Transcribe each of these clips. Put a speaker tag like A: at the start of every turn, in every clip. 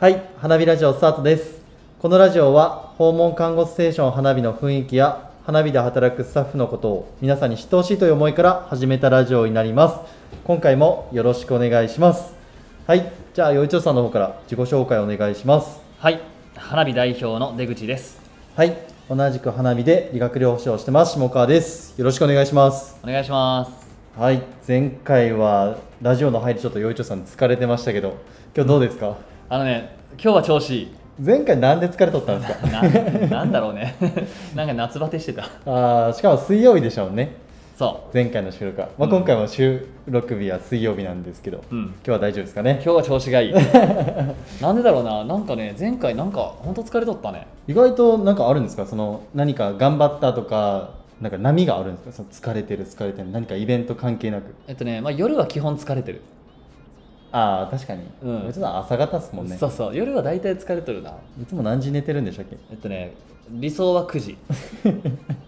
A: はい、花火ラジオスタートです。このラジオは訪問看護ステーション花火の雰囲気や花火で働くスタッフのことを皆さんに知ってほしいという思いから始めたラジオになります。今回もよろしくお願いします。はい、じゃあ、与一郎さんの方から自己紹介お願いします。
B: はい花火代表の出口です
A: はい、同じく花火で理学療法士をしてます下川です。よろしくお願いします。
B: お願いします
A: はい、前回はラジオの入りちょっと与一郎さん疲れてましたけど、今日どうですか？
B: あのね今日は調子いい
A: 前回なんで疲れとったん ですか？
B: ななんだろうね なんか夏バテしてた
A: あーしかも水曜日でしたもんね
B: そ
A: 前回の収録は、まあ、
B: うん
A: 今回も収録日は水曜日なんですけど、
B: うう
A: 今
B: ん
A: 日は大丈夫ですかね
B: 今日は調子がいいなんでだろうななんかね前回なんか本当疲れとったね
A: 意外となんかあるんですかその何か頑張ったとかなんか波があるんですかその疲れてる疲れてる何かイベント関係なく
B: えっとね、まあ、夜は基本疲れてる、
A: ああ確かに、
B: うん
A: ちょっと朝方っすもんね
B: そうそう夜は大体疲れてるない
A: つも何時寝てるんでしたっけ
B: えっとね理想は9時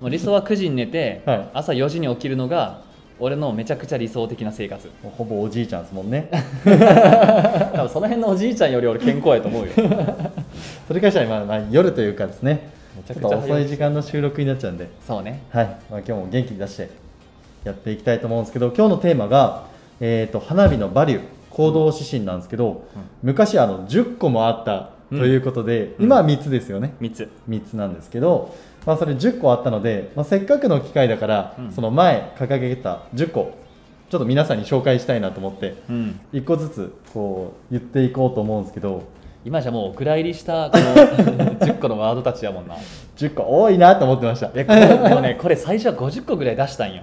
B: もう理想は9時に寝て、
A: はい
B: 朝4時に起きるのが俺のめちゃくちゃ理想的な生 活
A: もうほぼおじいちゃんですもんね
B: 多分その辺のおじいちゃんより俺健康や と思うよ
A: それからしたら今、まあ、夜というかですね
B: めち
A: ち
B: ゃ
A: ょっ
B: くちゃ
A: と
B: 早い
A: 遅い時間の収録になっちゃうんで
B: そうね
A: はい、まあ、今日も元気に出してやっていきたいと思うんですけど今日のテーマが、えー、と花火のバリュー行動指針なんですけど、
B: うん
A: 昔あの10個もあったということで、
B: うん
A: 今は3つですよね
B: 3つ
A: 3つなんですけど、まあ、それ10個あったので、まあ、せっかくの機会だから、
B: うん
A: その前掲げた10個ちょっと皆さんに紹介したいなと思って
B: うん
A: 1個ずつこう言っていこうと思うんですけど
B: 今じゃもうお蔵入りしたこの 10個のワードたちやもんな
A: 10個多いなと思ってました
B: でこれもうねこれ最初は50個ぐらい出したんよ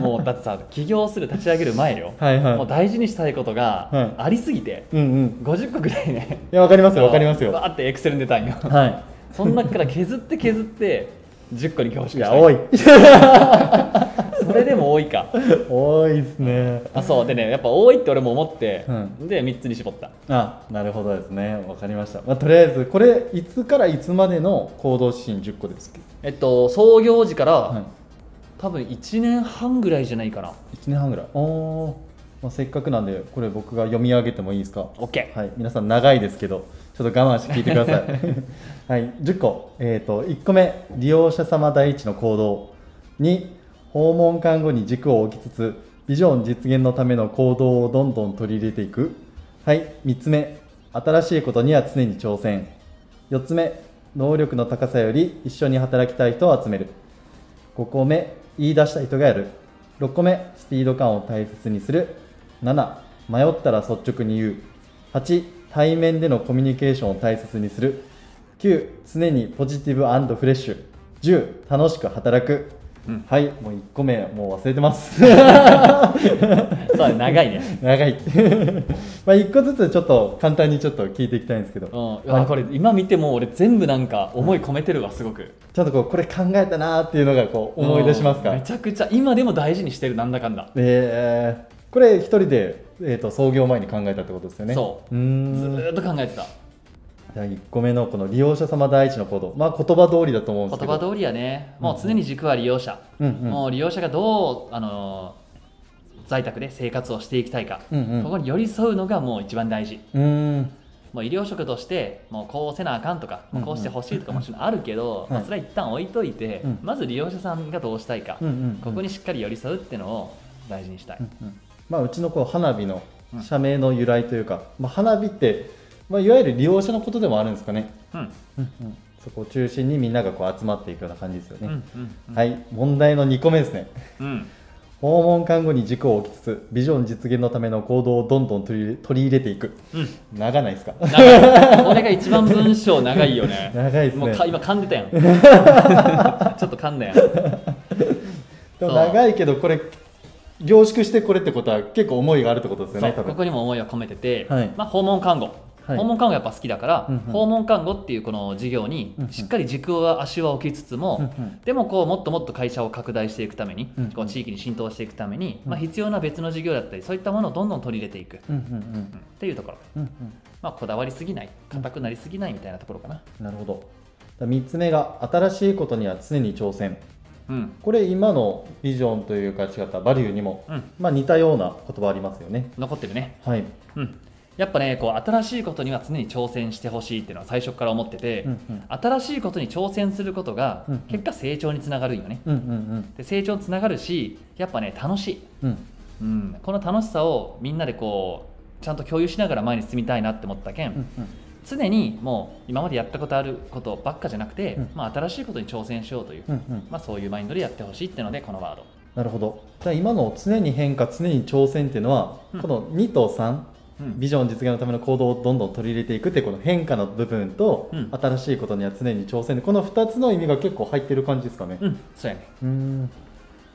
B: もうだってさ起業する立ち上げる前よ、
A: はいはい
B: もう大事にしたいこと
A: はい
B: がありすぎて、
A: うんうん
B: 50個ぐらいね
A: いやわかりますよわかりますよ
B: バーってエクセルに出たんよ
A: は
B: その中から削って削って10個に凝縮
A: いい
B: した
A: や
B: んよ
A: 多い
B: それでも多いか
A: 多いですね
B: あそうでねやっぱ多いって俺も思って、
A: うん
B: で3つに絞った
A: あなるほどですねわかりました、まあ、とりあえずこれいつからいつまでの行動指針10個ですっけ
B: えっと創業時から、
A: はい、
B: 多分1年半ぐらいじゃないかな
A: 1年半ぐらいおお、まあ、せっかくなんでこれ僕が読み上げてもいいですか
B: OK
A: はい皆さん長いですけどちょっと我慢して聞いてくださいはい10個、えー、と1個目利用者様第一の行動2訪問看護に軸を置きつつビジョン実現のための行動をどんどん取り入れていくはい3つ目新しいことには常に挑戦4つ目能力の高さより一緒に働きたい人を集める5個目言い出した人がやる6個目スピード感を大切にする7迷ったら率直に言う8対面でのコミュニケーションを大切にする9常にポジティブフレッシュ10楽しく働く、
B: うん
A: はいもう1個目もう忘れてます
B: そうだね長いね
A: 長い まあ1個ずつちょっと簡単にちょっと聞いていきたいんですけど、
B: うん、
A: は
B: あ
A: い
B: これ今見ても俺全部なんか思い込めてるわすごく
A: ちょっとこうこれ考えたなーっていうのがこう思い出しますか、
B: うんめちゃくちゃ今でも大事にしてるなんだかんだ
A: えー、これ一人で、えー、と創業前に考えたってことですよね
B: そう
A: うー
B: ず
A: ん
B: ーっと考えてた
A: じゃあ1個目のこの利用者様第一の行動まあ言葉通りだと思うんです
B: 言
A: けど
B: 葉通りやねもう常に軸は利用者、
A: うんうん
B: もう利用者がどう、あのー在宅で生活をしていきたいか、
A: うんうん
B: ここに寄り添うのがもう一番大事
A: うーん
B: もう医療職としてもうこうせなあかんとか、
A: うんうん
B: こうしてほしいとかもちろんあるけど、まあ
A: はい
B: それは一旦置いといて、
A: うん
B: まず利用者さんがどうしたいか、
A: うんうんうん
B: ここにしっかり寄り添うっていうのを大事にしたい、
A: うんうんまあうちのこう花火の
B: うん
A: 社名の由来というか、まあ、花火って、まあ、いわゆる利用者のことでもあるんですかね、
B: うん
A: そこを中心にみんながこう集まっていくような感じですよ
B: うん
A: ね、
B: うん
A: はい問題の2個目ですね
B: うん
A: 訪問看護に軸を置きつつビジョン実現のための行動をどんどん取り入れ取り入れていく
B: うん
A: 長ないですか
B: 長いこれが一番文章長いよね
A: 長いですね
B: もうか今噛んでたや んちょっと噛んだやん
A: でも長いけどこれ凝縮してこれってことは結構思いがあるってことですよね
B: そ
A: 多
B: うこ
A: 分
B: こにも思いを込めてて、
A: はい
B: まあ、訪問看護、
A: はい
B: 訪問看護やっぱ好きだから、
A: うんうん
B: 訪問看護っていうこの事業に
A: うんうん
B: しっかり軸は足は置きつつも、
A: うんうん
B: でもこうもっともっと会社を拡大していくために、
A: うんうん
B: こう地域に浸透していくために、
A: うん
B: まあ、必要な別の事業だったりそういったものをどんどん取り入れていく、
A: うんうん
B: うんっていうところ、
A: うんうんうん
B: まあ、こだわりすぎない硬くなりすぎないみたいなところかな、
A: なるほど3つ目が新しいことには常に挑戦
B: うん
A: これ今のビジョンというか違ったバリューにも、
B: うん、
A: まあ、似たような言葉ありますよね
B: 残ってるね、
A: はい
B: うん、やっぱねこう新しいことには常に挑戦してほしいっていうのは最初から思ってて、
A: うんうん
B: 新しいことに挑戦することが
A: うん
B: 結果成長につながるんよね、
A: うんうん
B: で成長につながるしやっぱね楽しい、
A: うんうん
B: うん、この楽しさをみんなでこうちゃんと共有しながら前に進みたいなって思ったけん、
A: うん
B: 常にもう今までやったことあることばっかじゃなくて、
A: うん
B: まあ、新しいことに挑戦しようという、
A: うんうん
B: まあ、そういうマインドでやってほしいっていうのでこのワード
A: なるほどじゃあ今の常に変化常に挑戦っていうのは、
B: うん
A: この2と3、
B: うん
A: ビジョン実現のための行動をどんどん取り入れていくっていうこの変化の部分と、
B: うん
A: 新しいことには常に挑戦でこの2つの意味が結構入ってる感じですかね
B: うんそうやね
A: うーん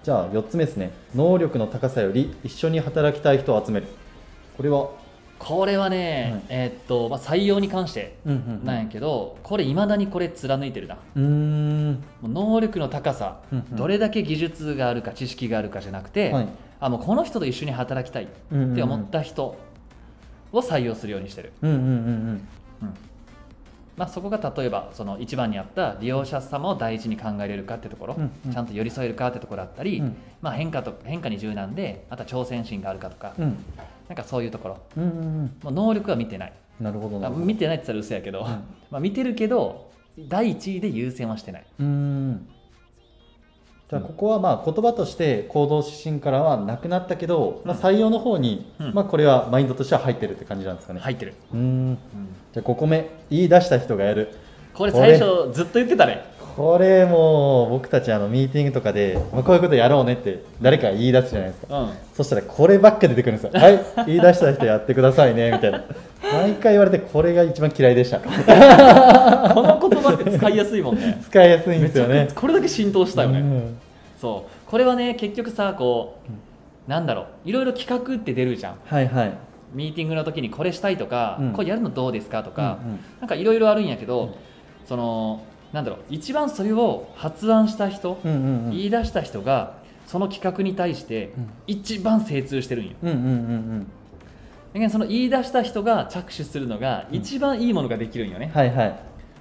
A: じゃあ4つ目ですね能力の高さより一緒に働きたい人を集めるこれは
B: これはね、
A: はい
B: えーっと、まあ、採用に関して
A: うんう
B: なんやけどこれいまだにこれ貫いてるな
A: うーん
B: もう能力の高さ、
A: うんうん
B: どれだけ技術があるか知識があるかじゃなくて、
A: はい
B: あもうこの人と一緒に働きたいっ
A: うんうんうん
B: て思った人を採用するようにしてる、
A: うんうんうん
B: まあ、そこが例えばその一番にあった利用者様を大事に考えれるかってところ、
A: うんうん
B: ちゃんと寄り添えるかってところだったり、
A: うん
B: まあ、変化と変化に柔軟であとは挑戦心があるかとか、
A: うんうん
B: なんかそういうところ
A: うんうん
B: もう能力は見てない
A: なるほどな
B: あ
A: るほど
B: 見てないって言ったら嘘やけど、
A: ん
B: まあ見てるけど第一位で優先はしてない、
A: うーんじゃあここはまあ言葉として行動指針からはなくなったけど、まあ、
B: うん
A: 採用の方に、
B: うん
A: まあ、これはマインドとしては入ってるって感じなんですかね、
B: 入ってる、
A: うーんじゃあ5個目言い出した人がやる
B: これ最初ずっと言ってたね
A: これもう僕たちあのミーティングとかで、まあ、こういうことやろうねって誰かが言い出すじゃないですか
B: うん
A: そしたらこればっか出てくるんです よはい言い出した人やってくださいねみたいな毎回言われてこれが一番嫌いでした
B: この言葉って使いやすいもんね
A: 使いや すいんですよね
B: これだけ浸透したよね、
A: うん
B: そうこれはね結局さこう、なんだろういろいろ企画って出るじゃん
A: はいはい
B: ミーティングの時にこれしたいとか、
A: うん
B: これやるのどうですかとか、
A: うんうん
B: なんかいろいろあるんやけど、そのなんだろう一番それを発案した人、
A: うんうんうん
B: 言い出した人がその企画に対して
A: うん
B: 一番精通してるんよ
A: うんうんうん
B: だけどその言い出した人が着手するのが
A: うん
B: 一番いいものができるんよ
A: うん
B: ね、
A: はいはい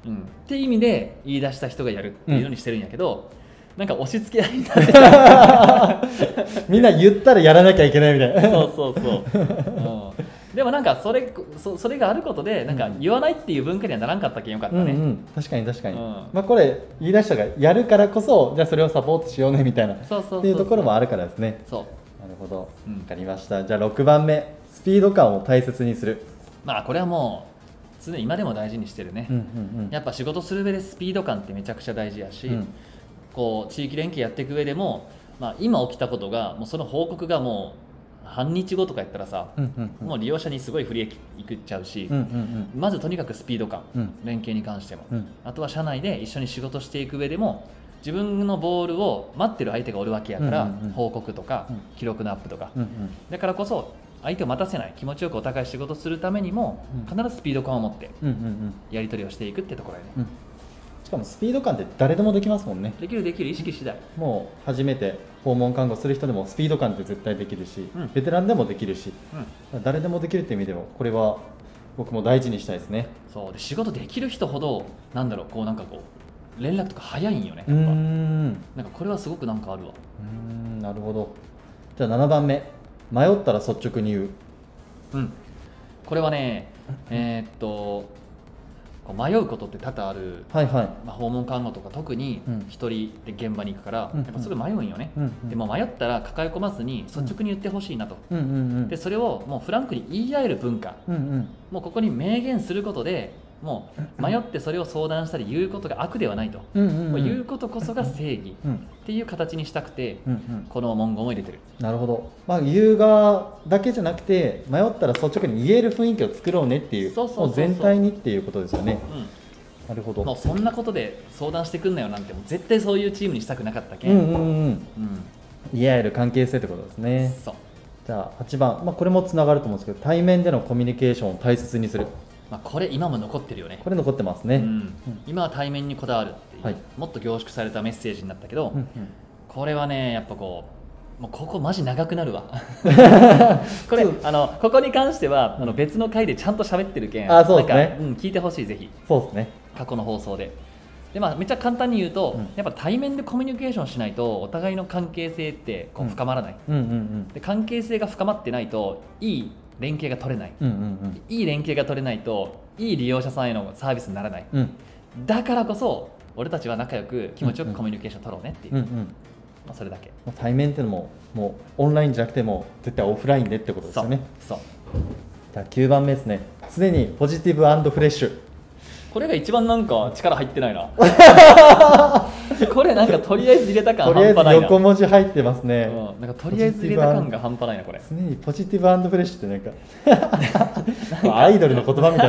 B: うんっていう意味で言い出した人がやるっていうのにしてるんやけど、なんか押し付け合いになっ てた
A: みんな言ったらやらなきゃいけないみ たいな
B: そうそうそう、うん、でもなんかそれそそれがあることでなんか言わないっていう文化にはならんかったけんよかった
A: うんう
B: ね、
A: ん確かに確かに、
B: うん
A: まあこれ言い出した人がやるからこそじゃあそれをサポートしようねみたいなっ
B: そうそうそう
A: ていうところもあるからですね
B: そう
A: なるほど
B: うん
A: 分かりましたじゃあ6番目スピード感を大切にする、
B: まあこれはもう常に今でも大事にしてるね、
A: うんうんうん
B: やっぱ仕事する上でスピード感ってめちゃくちゃ大事やし、
A: うん
B: こう地域連携やっていく上でも、まあ、今起きたことがもうその報告がもう半日後とかやったらさ、
A: うんうんうん
B: もう利用者にすごい不利益いくっちゃうし、
A: うんうん
B: まずとにかくスピード感、
A: うん
B: 連携に関しても、
A: うん
B: あとは社内で一緒に仕事していく上でも自分のボールを待ってる相手がおるわけやから、
A: うんうんうん
B: 報告とか
A: うん
B: 記録のアップとか、
A: うんうん
B: だからこそ相手を待たせない気持ちよくお互い仕事するためにも
A: う
B: 必ずスピード感を持って
A: うんうん
B: やり取りをしていくってところやね、
A: うんうんしかもスピード感って誰でもできますもんね
B: できるできる意識次第
A: もう初めて訪問看護する人でもスピード感って絶対できるし、
B: うん
A: ベテランでもできるし
B: うん
A: 誰でもできるって意味でもこれは僕も大事にしたいですね
B: そうで仕事できる人ほどなんだろうこうなんかこう連絡とか早いんよね
A: うー
B: やっぱ
A: んう
B: なんかこれはすごくなんかあるわ
A: ーんなるほどじゃあ7番目迷ったら率直に言う
B: うんこれはねえーっとこう迷うことって多々ある、
A: はいはい
B: まあ、訪問看護とか特に
A: うん
B: 一人で現場に行くから、
A: うん
B: やっぱすぐ迷うんよね、
A: うんうん
B: でも迷ったら抱え込まずに率直に言ってほしいなと、
A: うんうんうん
B: でそれをもうフランクに言い合える文化
A: うんうん
B: もうここに明言することでもう迷ってそれを相談したり言うことが悪ではないと、
A: うんうん
B: も
A: う
B: うん言うことこそが正義
A: うん
B: っていう形にしたくて、
A: うんうん
B: この文言を入れてる
A: なるほど、まあ、言う側だけじゃなくて迷ったら率直に言える雰囲気を作ろうねっていう
B: そうそうそうそう
A: もう全体にっていうことですよね
B: う
A: なるほ
B: ん、もう
A: ど
B: そんなことで相談してくんなよなんてもう絶対そういうチームにしたくなかったけ、
A: うんんうんうん
B: うん
A: 言い合える関係性ってことですね
B: そう、
A: じゃあ8番、まあ、これもつながると思うんですけど対面でのコミュニケーションを大切にする
B: まあ、これ今も残ってるよね
A: これ残ってます
B: う
A: ね、
B: ん、今は対面にこだわるっていう、
A: はい
B: もっと凝縮されたメッセージになったけど、
A: うん
B: これはねやっぱこうもうここマジ長くな るわこれあのここに関してはあの別の回でちゃんと喋ってるけん
A: あそうですね
B: なんか、うん、聞いてほしいぜひ
A: そうですね
B: 過去の放送で。でまあ、めっちゃ簡単に言うと、
A: うん
B: やっぱ対面でコミュニケーションしないとお互いの関係性ってこ
A: う
B: うん深まらない、
A: うんうん
B: で関係性が深まってないといい連携が取れない、
A: うんうん
B: いい連携が取れないといい利用者さんへのサービスにならない
A: うんうん
B: だからこそ俺たちは仲良く気持ちよくコミュニケーション取ろうねっていう、
A: うんうん
B: まあ、それだけ
A: もう対面ってのももうオンラインじゃなくてもう絶対オフラインでってことです
B: そ
A: よ
B: う
A: ね
B: そう
A: じゃあ9番目ですね常にポジティブフレッシュ
B: これが一番なんか力入ってな いなこれなんかとりあえず入れた
A: と
B: 感
A: りあえ
B: 半
A: ず
B: 端ないな
A: 横文字入ってますね、
B: うん、なんかとりあえず入れた感が半端ないなこれ
A: 常にポジティブフレッシュってなんか アイドルの言葉みた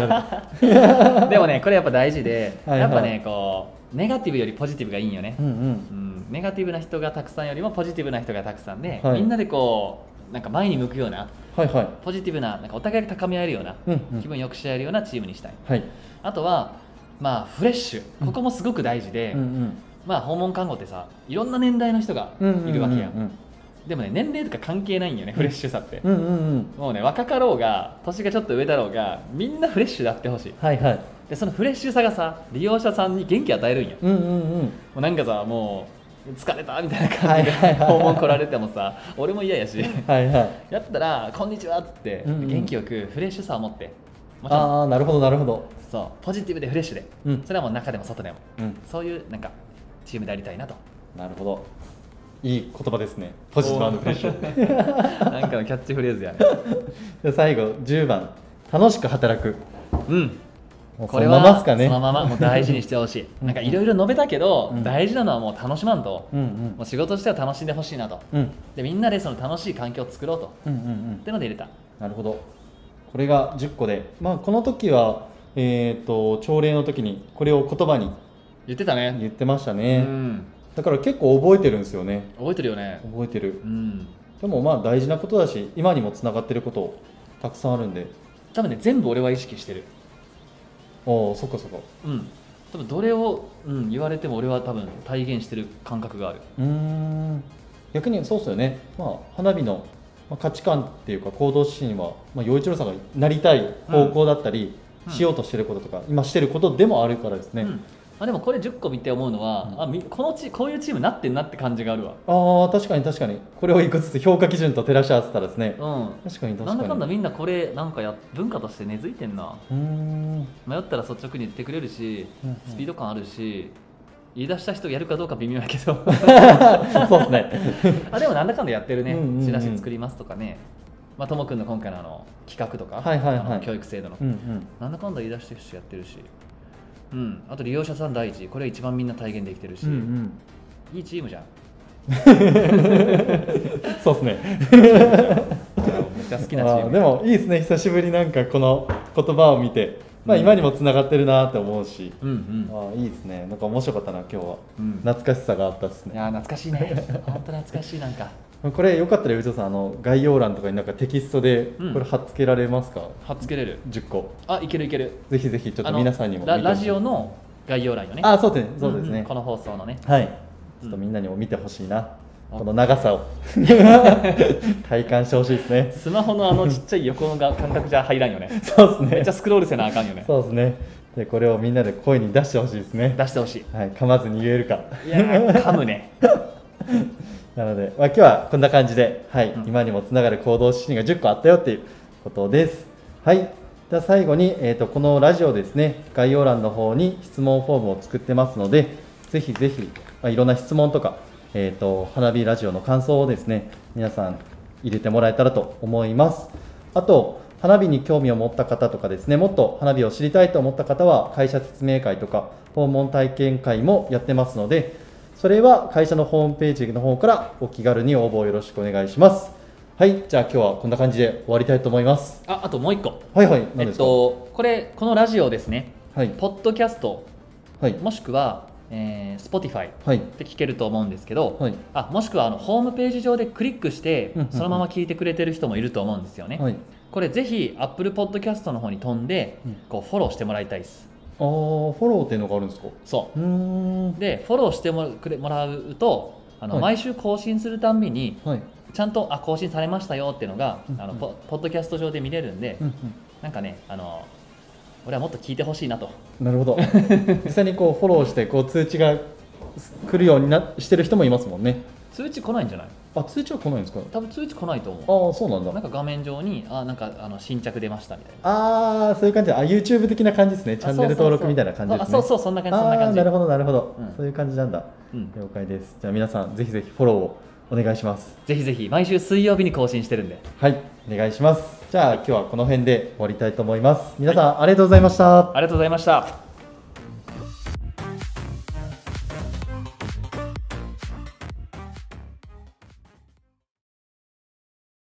A: いな
B: でもねこれやっぱ大事で
A: はいはい
B: やっぱねこうネガティブよりポジティブがいいんよね
A: うんうん
B: うん、ネガティブな人がたくさんよりもポジティブな人がたくさんで、
A: はい
B: みんなでこうなんか前に向くような
A: はいはい
B: ポジティブななんかお互いが高め合えるような、
A: うんうん
B: 気分よくし合えるようなチームにしたい
A: はい
B: あとはまあフレッシュここもすごく大事で、
A: うんうん
B: まあ訪問看護ってさいろんな年代の人が
A: うんうんうんうん
B: いるわけや、でもね年齢とか関係ないんよねフレッシュさって、
A: うんうんうん
B: もうね若かろうが年がちょっと上だろうがみんなフレッシュであってほしい
A: はいはい
B: でそのフレッシュさがさ利用者さんに元気与えるんよ
A: うんうんうん
B: もうなんかさもう疲れたみたいな感じで
A: はいはいはい
B: 訪問来られてもさ俺も嫌やし
A: はいはい
B: やったら「こんにちは」っつって
A: うんうん
B: 元気よくフレッシュさを持ってもちろん
A: ああなるほどなるほど
B: そうポジティブでフレッシュで
A: うん
B: それはもう中でも外でも
A: うん
B: そういうなんかチームでありたいなと
A: なるほどいい言葉ですねポジティブフレッシュ
B: なんかのキャッチフレーズやね
A: で最後10番楽しく働く
B: うん
A: もう
B: これ
A: その
B: は
A: ままっすかね
B: そのままもう大事にしてほしいなんかいろいろ述べたけど
A: うん
B: 大事なのはもう楽しまんと
A: うん
B: もう仕事としては楽しんでほしいなと
A: うんうん
B: でみんなでその楽しい環境を作ろうと
A: うんうんうん
B: ってので入れた
A: なるほどこれが10個でまあこの時はえっ、と朝礼の時にこれを言葉に
B: 言ってたね
A: 言ってました
B: う
A: ね、
B: ん
A: だから結構覚えてるんですよね
B: 覚えてるよね
A: 覚えてる
B: うん
A: でもまあ大事なことだし今にもつながってることたくさんあるんで
B: 多分ね全部俺は意識してる
A: おおそっかそっか
B: うん多分どれを、うん、言われても俺は多分体現してる感覚がある
A: うーん逆にそうっすよね、まあ、花火のまあ価値観っていうか行動指針は、まあ、陽一郎さんがなりたい方向だったり、
B: うん
A: しようとしてることとか今してることでもあるからですね、
B: うんまあ、でもこれ10個見て思うのは、
A: うん
B: あみこのチこういうチームなってんなって感じがあるわ
A: ああ確かに確かにこれをいくつつ評価基準と照らし合わせたらですね
B: う
A: 確かに確かに
B: んなんだかんだみんなこれなんかや文化として根付いてんな
A: うーん
B: 迷ったら率直に言ってくれるし
A: うん うん
B: スピード感あるし言い出した人やるかどうか微妙やけ ど
A: そうですね
B: あでもなんだかんだやってるね
A: うんうんうん
B: チラシ作りますとかねまあともくんの今回のあの企画とか、
A: はいはいはい
B: あの教育制度の
A: うんうん
B: なんだかんだ言い出してるしやってるし、うん、あと利用者さん第一これは一番みんな体現できてるし、
A: うんうん
B: いいチ ームじゃん
A: そうですね
B: めっちゃ好きなチ
A: あ
B: ー
A: ー
B: ム
A: でもいいですね久しぶりなんかこの言葉を見て、まあ、
B: うん
A: 今にもつながってるなって思うし、
B: うんうん
A: ああいいですねなんか面白かったな今日は
B: うん
A: 懐かしさがあったです
B: い
A: ね
B: やー懐かしいね本当懐かしいなんか
A: これよかったら宇藤さんあの概要欄とかになんかテキストで
B: うん
A: これ貼っ付けられますか、
B: 貼っつけれる
A: 10個
B: あいけるいける
A: ぜひぜひちょっと皆さんにも
B: あの
A: 見て
B: ラ
A: ほ
B: ラ
A: しい
B: ジオの概要欄よね
A: あそうですねそうですね、
B: んんこの放送のね
A: はい
B: うん
A: ちょっとみんなにも見てほしいな、
B: あ
A: この長さを 体感してほしいですね
B: スマホのあのちっちゃい横のが感覚じゃ入らん よね
A: そう
B: め
A: で
B: っちゃ
A: すね
B: スクロールせなあかんよね
A: そうですねでこれをみんなで声に出してほしいですね
B: 出してほし
A: はい噛まずに言えるか
B: いいやー噛むね
A: なので、まあ、今日はこんな感じで、はい
B: うん
A: 今にもつながる行動指針が10個あったよっていうことです。はい、じゃあ最後に、えー、とこのラジオですね概要欄の方に質問フォームを作ってますのでぜひぜひ、まあ、いろんな質問とか、えー、と花火ラジオの感想をですね皆さん入れてもらえたらと思います。あと花火に興味を持った方とかですねもっと花火を知りたいと思った方は会社説明会とか訪問体験会もやってますのでそれは会社のホームページの方からお気軽に応募をよろしくお願いします。はい、じゃあ今日はこんな感じで終わりたいと思います。
B: ああともう一個
A: はいはい、
B: え
A: 何で
B: っ
A: すか、
B: とこれこのラジオですね
A: はい、
B: ポッドキャスト
A: はい、
B: もしくは、えー、Spotify
A: はい、
B: って聞けると思うんですけど、
A: はい、
B: あもしくはあのホームページ上でクリックして
A: うんうんうん
B: そのまま聞いてくれてる人もいると思うんですよね、
A: はい。
B: これぜひ Apple Podcast の方に飛んで
A: うん
B: こうフォローしてもらいたいです
A: あーフォローっていうのがあるんですか
B: そう
A: ーん。
B: うでフォローしてもらくれもらうとあの、
A: はい
B: 毎週更新するたんびに
A: はい。
B: ちゃんとあ更新されましたよっていうのが、
A: うんうん
B: あのポポッドキャスト上で見れるんで、
A: うん
B: なんかねあの俺はもっと聞いてほしいなと
A: うん、なるほ ど。実際にこうフォローしてこう通知が来るようになしてる人もいますもんね。
B: 通知来ないんじゃない
A: ああ通知は来ないんですか
B: 多分通知来ないと思
A: ああそうなん
B: う
A: だ
B: なんか画面上にあなんかあの新着出ましたみたいな
A: ああそういう感じであ YouTube 的な感じですねチャンネル登録みたいな感じですね
B: あそうそうそうそんな感じそんな
A: あ
B: 感
A: ー
B: じ
A: なるほどなるほど、
B: うん
A: そういう感じなんだ
B: うん、
A: 了解ですじゃあ皆さんぜひぜひフォローをお願いします
B: ぜひぜひ毎週水曜日に更新してるんで
A: はいお願いしますじゃあ今日はこの辺で終わりたいと思います皆さん、ありがとうございました
B: ありがとうございました